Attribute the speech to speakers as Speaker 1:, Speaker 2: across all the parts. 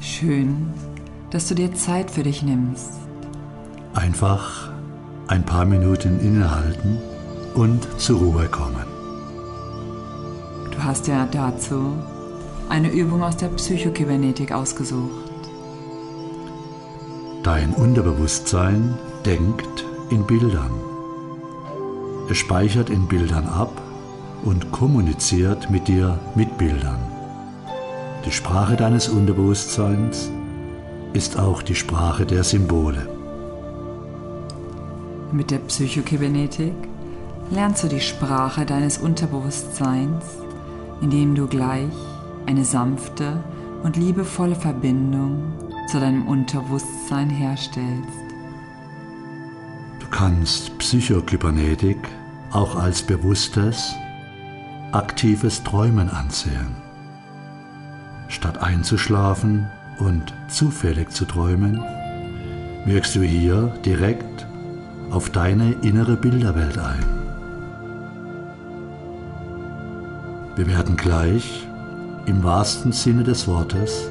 Speaker 1: schön, dass du dir Zeit für dich nimmst.
Speaker 2: Einfach ein paar Minuten innehalten und zur Ruhe kommen.
Speaker 1: Du hast ja dazu eine Übung aus der Psychokybernetik ausgesucht.
Speaker 2: Dein Unterbewusstsein denkt in Bildern. Es speichert in Bildern ab und kommuniziert mit dir mit Bildern. Die Sprache deines Unterbewusstseins ist auch die Sprache der Symbole.
Speaker 1: Mit der Psychokybernetik lernst du die Sprache deines Unterbewusstseins, indem du gleich eine sanfte und liebevolle Verbindung zu deinem Unterbewusstsein herstellst.
Speaker 2: Du kannst Psychokybernetik auch als bewusstes, aktives Träumen ansehen. Statt einzuschlafen und zufällig zu träumen, wirkst du hier direkt auf deine innere Bilderwelt ein. Wir werden gleich im wahrsten Sinne des Wortes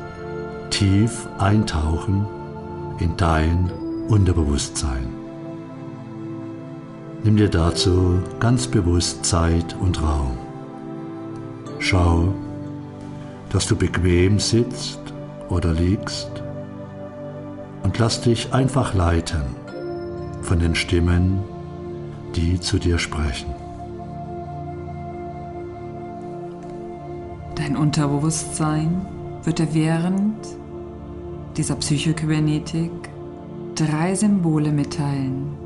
Speaker 2: tief eintauchen in dein Unterbewusstsein. Nimm dir dazu ganz bewusst Zeit und Raum. Schau, dass du bequem sitzt oder liegst und lass dich einfach leiten von den Stimmen, die zu dir sprechen.
Speaker 1: Dein Unterbewusstsein wird dir während dieser Psychokybernetik drei Symbole mitteilen,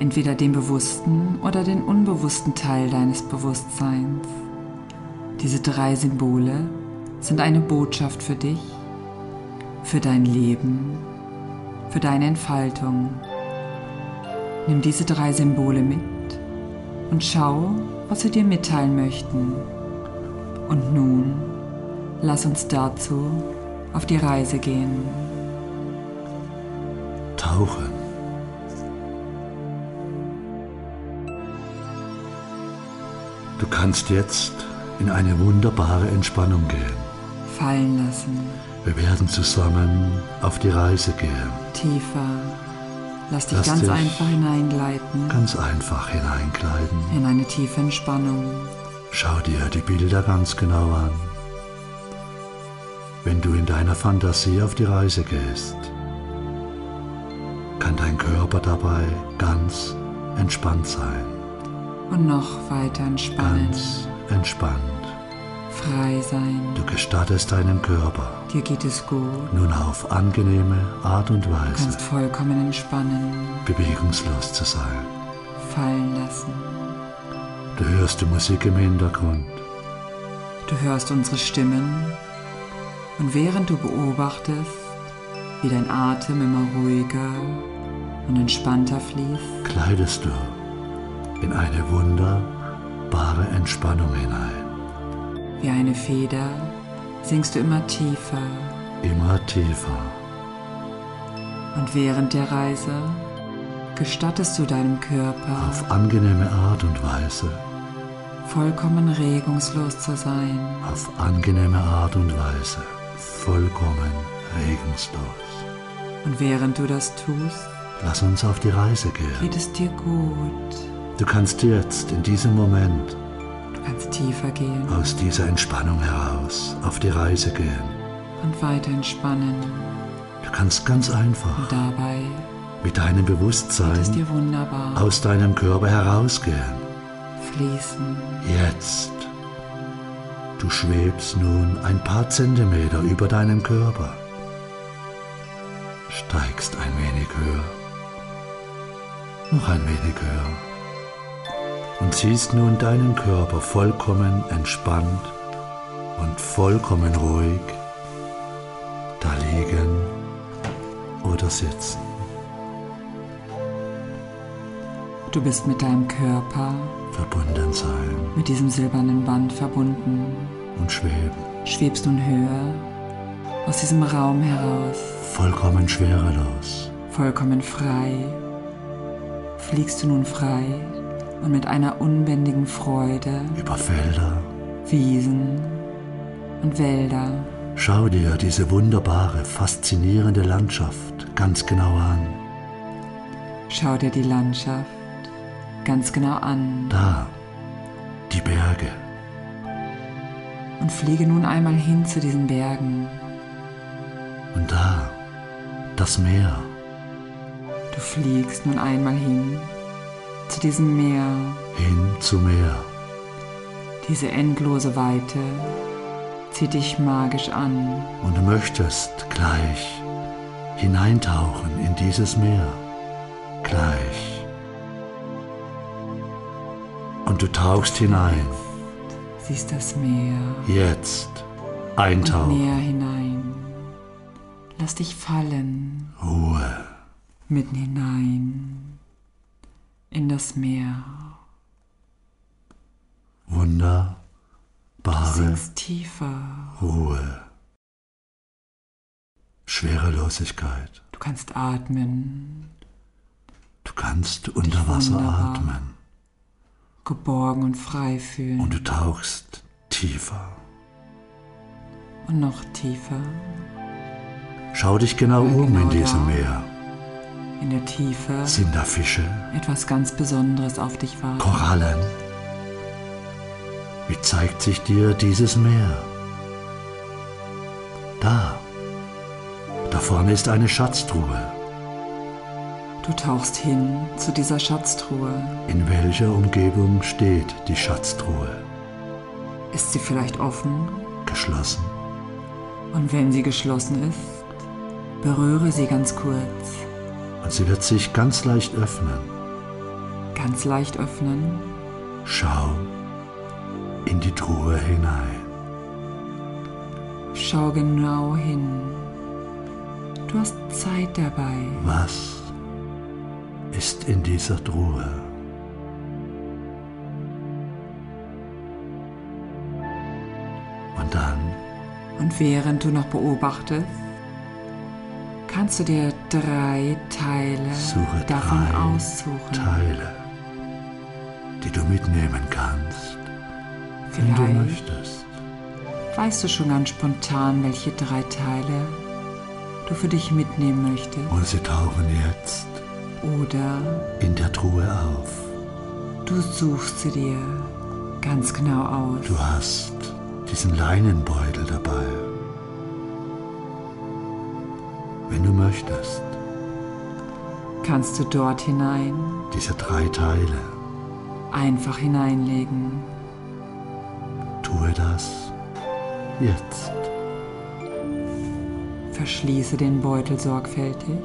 Speaker 1: entweder den bewussten oder den unbewussten Teil deines Bewusstseins. Diese drei Symbole sind eine Botschaft für dich, für dein Leben, für deine Entfaltung. Nimm diese drei Symbole mit und schau, was sie dir mitteilen möchten. Und nun, lass uns dazu auf die Reise gehen.
Speaker 2: Tauchen. Du kannst jetzt in eine wunderbare Entspannung gehen.
Speaker 1: Fallen lassen,
Speaker 2: Wir werden zusammen auf die Reise gehen.
Speaker 1: tiefer. Lass dich
Speaker 2: Lass
Speaker 1: ganz
Speaker 2: dich-
Speaker 1: einfach hineingleiten
Speaker 2: Ganz einfach hineingleiten.
Speaker 1: in eine tiefe Entspannung.
Speaker 2: Schau dir die Bilder ganz genau an. Wenn du in deiner Fantasie auf die Reise gehst, kann dein Körper dabei ganz entspannt sein.
Speaker 1: Und noch weiter entspannen,
Speaker 2: Ganz entspannt.
Speaker 1: frei sein.
Speaker 2: Du gestattest deinem Körper
Speaker 1: Dir geht es gut,
Speaker 2: nun auf angenehme Art und
Speaker 1: du
Speaker 2: Weise
Speaker 1: kannst vollkommen entspannen,
Speaker 2: bewegungslos zu sein.
Speaker 1: fallen lassen.
Speaker 2: Du hörst die Musik im Hintergrund.
Speaker 1: Du hörst unsere Stimmen und während du beobachtest, wie dein Atem immer ruhiger und entspannter fließt,
Speaker 2: kleidest du in eine wunderbare Entspannung hinein,
Speaker 1: wie eine Feder, sinkst du immer tiefer
Speaker 2: immer tiefer.
Speaker 1: und während der Reise gestattest du deinem Körper
Speaker 2: Auf angenehme Art und Weise,
Speaker 1: vollkommen regungslos zu sein.
Speaker 2: auf angenehme Art und Weise, vollkommen regungslos.
Speaker 1: Und während du das tust,
Speaker 2: Lass uns auf die Reise gehen.
Speaker 1: geht es dir gut.
Speaker 2: Du kannst jetzt in diesem Moment
Speaker 1: Du kannst tiefer gehen
Speaker 2: aus dieser Entspannung heraus auf die Reise gehen.
Speaker 1: und weiter entspannen.
Speaker 2: Du kannst ganz
Speaker 1: Und
Speaker 2: einfach
Speaker 1: dabei
Speaker 2: mit deinem
Speaker 1: geht es
Speaker 2: Bewusstsein
Speaker 1: dir wunderbar.
Speaker 2: aus deinem Körper herausgehen.
Speaker 1: fließen.
Speaker 2: Jetzt. Du schwebst nun ein paar Zentimeter über deinem Körper. Steigst ein wenig höher. Noch ein wenig höher. Und siehst nun deinen Körper vollkommen entspannt und vollkommen ruhig da liegen oder sitzen.
Speaker 1: Du bist mit deinem Körper,
Speaker 2: Verbunden sein
Speaker 1: mit diesem silbernen Band verbunden.
Speaker 2: und schweben.
Speaker 1: Schwebst nun höher aus diesem Raum heraus,
Speaker 2: Vollkommen schwerelos.
Speaker 1: vollkommen frei. Fliegst du nun frei und mit einer unbändigen Freude
Speaker 2: Über Felder,
Speaker 1: Wiesen und Wälder.
Speaker 2: Schau dir diese wunderbare, faszinierende Landschaft ganz genau an.
Speaker 1: Schau dir die Landschaft ganz genau an
Speaker 2: Da, die Berge.
Speaker 1: und fliege nun einmal hin zu diesen Bergen.
Speaker 2: Und da, das Meer.
Speaker 1: Du fliegst nun einmal hin zu diesem Meer,
Speaker 2: Hin zum Meer.
Speaker 1: diese endlose Weite zieht dich magisch an.
Speaker 2: Und du möchtest gleich hineintauchen in dieses Meer. Gleich. Und du tauchst hinein.
Speaker 1: Siehst das Meer
Speaker 2: Jetzt.
Speaker 1: und
Speaker 2: Eintauchen.
Speaker 1: näher hinein. Lass dich fallen
Speaker 2: Ruhe.
Speaker 1: mitten hinein in das Meer.
Speaker 2: Wunderbare
Speaker 1: Sinkst tiefer.
Speaker 2: Ruhe. Schwerelosigkeit.
Speaker 1: Du kannst atmen,
Speaker 2: Du kannst unter Wasser
Speaker 1: wunderbar.
Speaker 2: atmen.
Speaker 1: geborgen und frei fühlen
Speaker 2: Und du tauchst tiefer.
Speaker 1: und noch tiefer
Speaker 2: Schau dich genau
Speaker 1: Ja,
Speaker 2: um in
Speaker 1: genau
Speaker 2: diesem
Speaker 1: da.
Speaker 2: Meer.
Speaker 1: in der Tiefe.
Speaker 2: Sind da Fische,
Speaker 1: etwas ganz Besonderes auf dich wartet.
Speaker 2: Korallen? Wie zeigt sich dir dieses Meer? Da. Da vorne ist eine Schatztruhe.
Speaker 1: Du tauchst hin zu dieser Schatztruhe.
Speaker 2: In welcher Umgebung steht die Schatztruhe?
Speaker 1: Ist sie vielleicht offen?
Speaker 2: Geschlossen.
Speaker 1: Und wenn sie geschlossen ist, berühre sie ganz kurz,
Speaker 2: Und sie wird sich ganz leicht öffnen.
Speaker 1: ganz leicht öffnen.
Speaker 2: Schau in die Truhe hinein.
Speaker 1: Schau genau hin. Du hast Zeit dabei.
Speaker 2: Was ist in dieser Truhe? Und dann
Speaker 1: Und während du noch beobachtest, kannst du dir drei Teile
Speaker 2: suche
Speaker 1: davon
Speaker 2: drei
Speaker 1: aussuchen.
Speaker 2: Teile, die du mitnehmen kannst, wenn du
Speaker 1: Vielleicht
Speaker 2: möchtest.
Speaker 1: weißt du schon ganz spontan, welche drei Teile du für dich mitnehmen möchtest.
Speaker 2: Und sie tauchen jetzt
Speaker 1: Oder
Speaker 2: in der Truhe auf.
Speaker 1: du suchst sie dir ganz genau aus.
Speaker 2: Du hast diesen Leinenbeutel dabei. Wenn du möchtest,
Speaker 1: Kannst du dort hinein
Speaker 2: diese drei Teile,
Speaker 1: einfach hineinlegen.
Speaker 2: tue das jetzt.
Speaker 1: Verschließe den Beutel sorgfältig.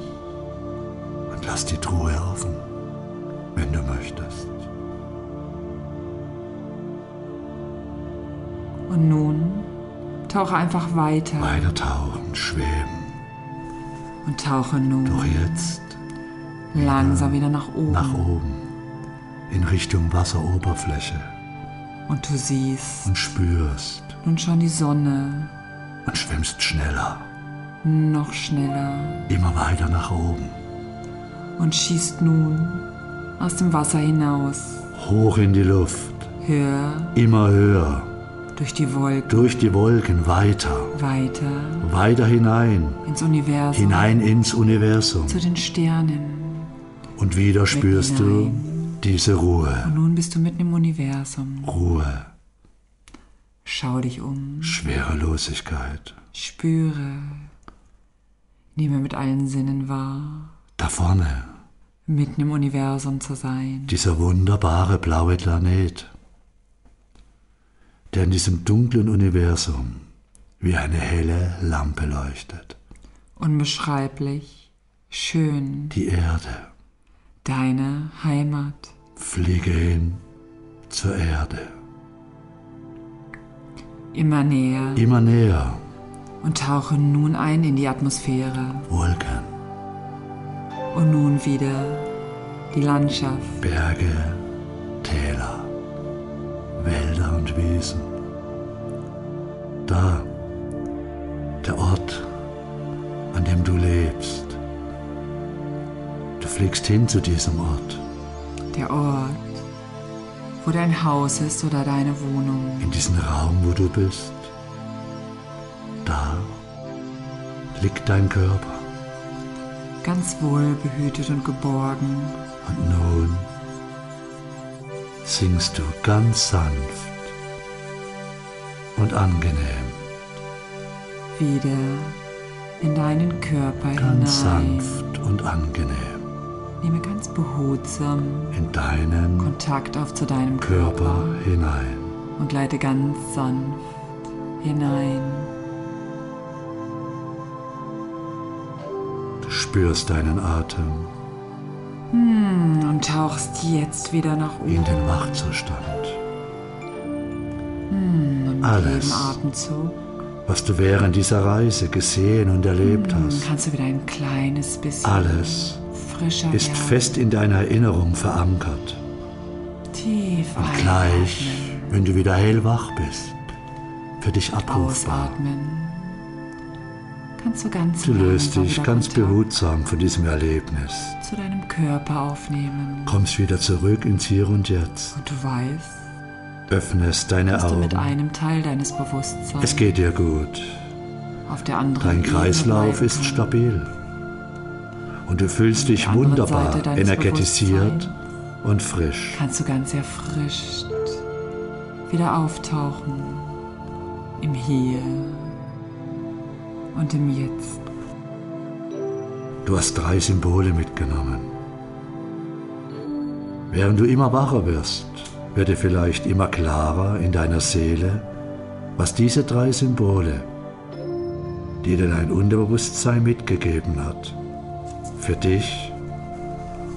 Speaker 2: und lass die Truhe offen, wenn du möchtest.
Speaker 1: Und nun tauche einfach weiter
Speaker 2: Weiter tauchen, schweben,
Speaker 1: und tauche
Speaker 2: doch
Speaker 1: nun
Speaker 2: jetzt
Speaker 1: langsam wieder nach oben.
Speaker 2: nach oben, in Richtung Wasseroberfläche
Speaker 1: Und du siehst
Speaker 2: und spürst
Speaker 1: nun schon die Sonne
Speaker 2: und schwimmst schneller,
Speaker 1: noch schneller
Speaker 2: immer weiter nach oben,
Speaker 1: und schießt nun aus dem Wasser hinaus.
Speaker 2: hoch in die Luft,
Speaker 1: Höher
Speaker 2: immer höher,
Speaker 1: durch die Wolken
Speaker 2: durch die Wolken weiter,
Speaker 1: weiter
Speaker 2: weiter hinein,
Speaker 1: ins Universum,
Speaker 2: hinein ins Universum
Speaker 1: zu den Sternen.
Speaker 2: und wieder spürst du diese Ruhe,
Speaker 1: Und nun bist du mitten im Universum.
Speaker 2: Ruhe,
Speaker 1: Schau dich um,
Speaker 2: Schwerelosigkeit.
Speaker 1: spüre, nehme mit allen Sinnen wahr,
Speaker 2: Da vorne,
Speaker 1: mitten im Universum zu sein.
Speaker 2: dieser wunderbare blaue Planet, der in diesem dunklen Universum wie eine helle Lampe leuchtet.
Speaker 1: Unbeschreiblich, schön,
Speaker 2: Die Erde.
Speaker 1: deine Heimat.
Speaker 2: Fliege hin zur Erde.
Speaker 1: Immer näher
Speaker 2: Immer näher.
Speaker 1: und tauche nun ein in die Atmosphäre.
Speaker 2: Wolken,
Speaker 1: Und nun wieder die Landschaft,
Speaker 2: Berge, Täler, Wälder und Wiesen. Da, der Ort, an dem du lebst. Du fliegst hin zu diesem Ort.
Speaker 1: der Ort, wo dein Haus ist oder deine Wohnung.
Speaker 2: in diesen Raum, wo du bist. Da, liegt dein Körper.
Speaker 1: ganz wohl behütet und geborgen.
Speaker 2: Und nun singst du ganz sanft und angenehm,
Speaker 1: wieder in deinen Körper
Speaker 2: ganz
Speaker 1: hinein.
Speaker 2: sanft und angenehm
Speaker 1: Nehme ganz behutsam
Speaker 2: in deinen
Speaker 1: Kontakt auf zu deinem
Speaker 2: Körper hinein.
Speaker 1: Körper und leite ganz sanft hinein.
Speaker 2: Du spürst deinen Atem
Speaker 1: Und tauchst jetzt wieder nach
Speaker 2: in
Speaker 1: oben
Speaker 2: den Wachzustand.
Speaker 1: und mit
Speaker 2: alles.
Speaker 1: jedem Atemzug
Speaker 2: Was du während dieser Reise gesehen und erlebt hast,
Speaker 1: kannst du wieder ein kleines bisschen
Speaker 2: alles
Speaker 1: frischer
Speaker 2: ist
Speaker 1: werden.
Speaker 2: fest in deiner Erinnerung verankert.
Speaker 1: Tief
Speaker 2: Und
Speaker 1: einatmen,
Speaker 2: gleich, wenn du wieder hellwach bist, für dich abrufbar.
Speaker 1: ausatmen. Kannst du ganz
Speaker 2: Du löst
Speaker 1: langsam
Speaker 2: dich
Speaker 1: wieder
Speaker 2: ganz
Speaker 1: Kontakt
Speaker 2: behutsam von diesem Erlebnis.
Speaker 1: zu deinem Körper aufnehmen.
Speaker 2: Kommst wieder zurück ins Hier und Jetzt.
Speaker 1: Und du weißt,
Speaker 2: Öffnest deine
Speaker 1: dass du mit
Speaker 2: Augen.
Speaker 1: einem Teil deines Bewusstseins
Speaker 2: Es geht dir gut.
Speaker 1: auf der anderen
Speaker 2: Dein
Speaker 1: Ebene
Speaker 2: Kreislauf
Speaker 1: bleiben
Speaker 2: ist
Speaker 1: kannst.
Speaker 2: stabil. Und du fühlst dich
Speaker 1: anderen
Speaker 2: wunderbar
Speaker 1: Seite deines
Speaker 2: energetisiert und frisch.
Speaker 1: Kannst du ganz erfrischt wieder auftauchen im Hier und im Jetzt.
Speaker 2: Du hast drei Symbole mitgenommen. Während du immer wacher wirst, wird dir vielleicht immer klarer in deiner Seele, was diese drei Symbole, die dir dein Unterbewusstsein mitgegeben hat, für dich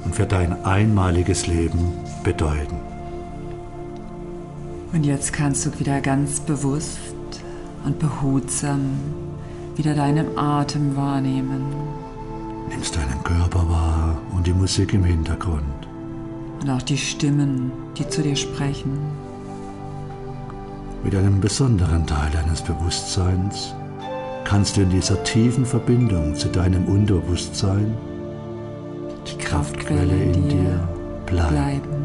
Speaker 2: und für dein einmaliges Leben bedeuten.
Speaker 1: Und jetzt kannst du wieder ganz bewusst und behutsam wieder deinen Atem wahrnehmen
Speaker 2: Nimmst deinen Körper wahr und die Musik im Hintergrund.
Speaker 1: und auch die Stimmen, die zu dir sprechen.
Speaker 2: Mit einem besonderen Teil deines Bewusstseins kannst du in dieser tiefen Verbindung zu deinem Unterbewusstsein die Kraftquelle in dir bleiben.
Speaker 1: bleiben.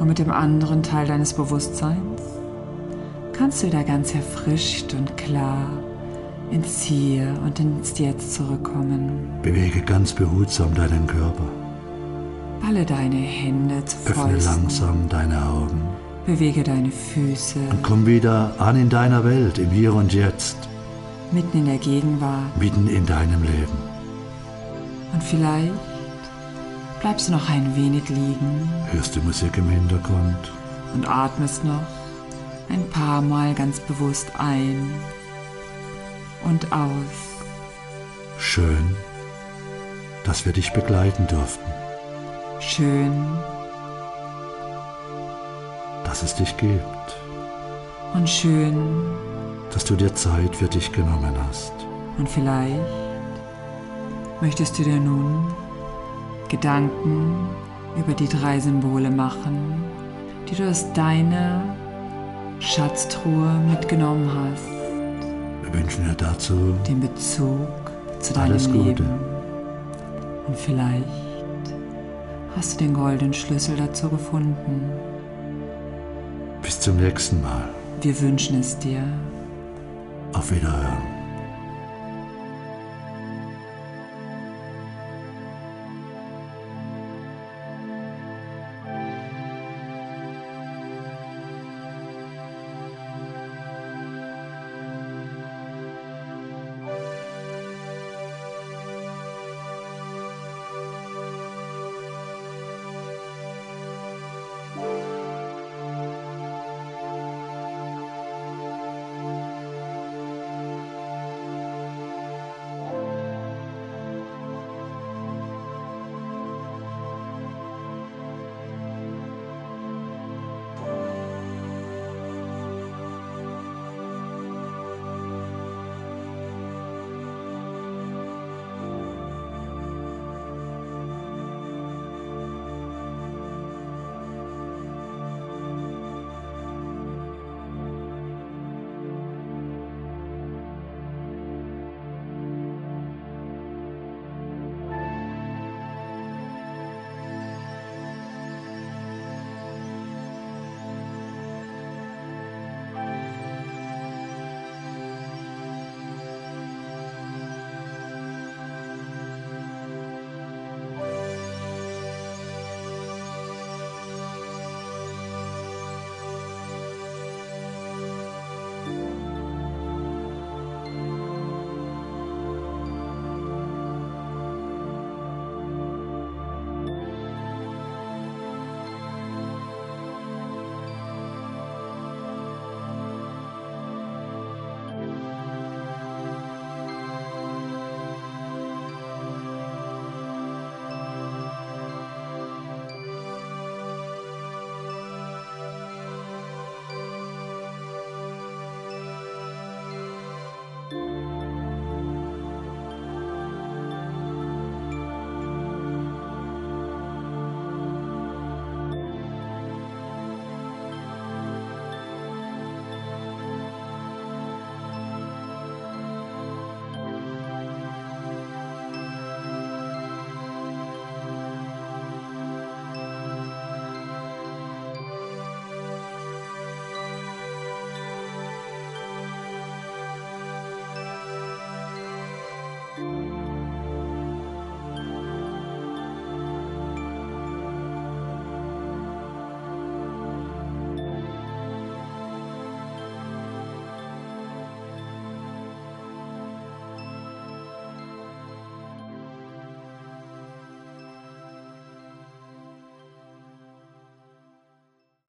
Speaker 1: Und mit dem anderen Teil deines Bewusstseins kannst du wieder ganz erfrischt und klar ins Hier und ins Jetzt zurückkommen.
Speaker 2: Bewege ganz behutsam deinen Körper.
Speaker 1: Balle deine Hände zu
Speaker 2: Öffne
Speaker 1: Fäusten,
Speaker 2: langsam deine Augen
Speaker 1: bewege deine Füße
Speaker 2: und komm wieder an in deiner Welt, im Hier und Jetzt,
Speaker 1: mitten in der Gegenwart
Speaker 2: mitten in deinem Leben.
Speaker 1: und vielleicht bleibst du noch ein wenig liegen
Speaker 2: Hörst du Musik im Hintergrund?
Speaker 1: und atmest noch ein paar Mal ganz bewusst ein und aus.
Speaker 2: Schön, dass wir dich begleiten durften,
Speaker 1: Schön,
Speaker 2: dass es dich gibt,
Speaker 1: und schön
Speaker 2: dass du dir Zeit für dich genommen hast.
Speaker 1: und vielleicht möchtest du dir nun Gedanken über die drei Symbole machen, die du aus deiner Schatztruhe mitgenommen hast,
Speaker 2: Wir wünschen dir dazu
Speaker 1: den Bezug zu deinem
Speaker 2: Alles Gute.
Speaker 1: Leben. Und vielleicht hast du den goldenen Schlüssel dazu gefunden.
Speaker 2: bis zum nächsten Mal.
Speaker 1: Wir wünschen es dir.
Speaker 2: Auf Wiederhören.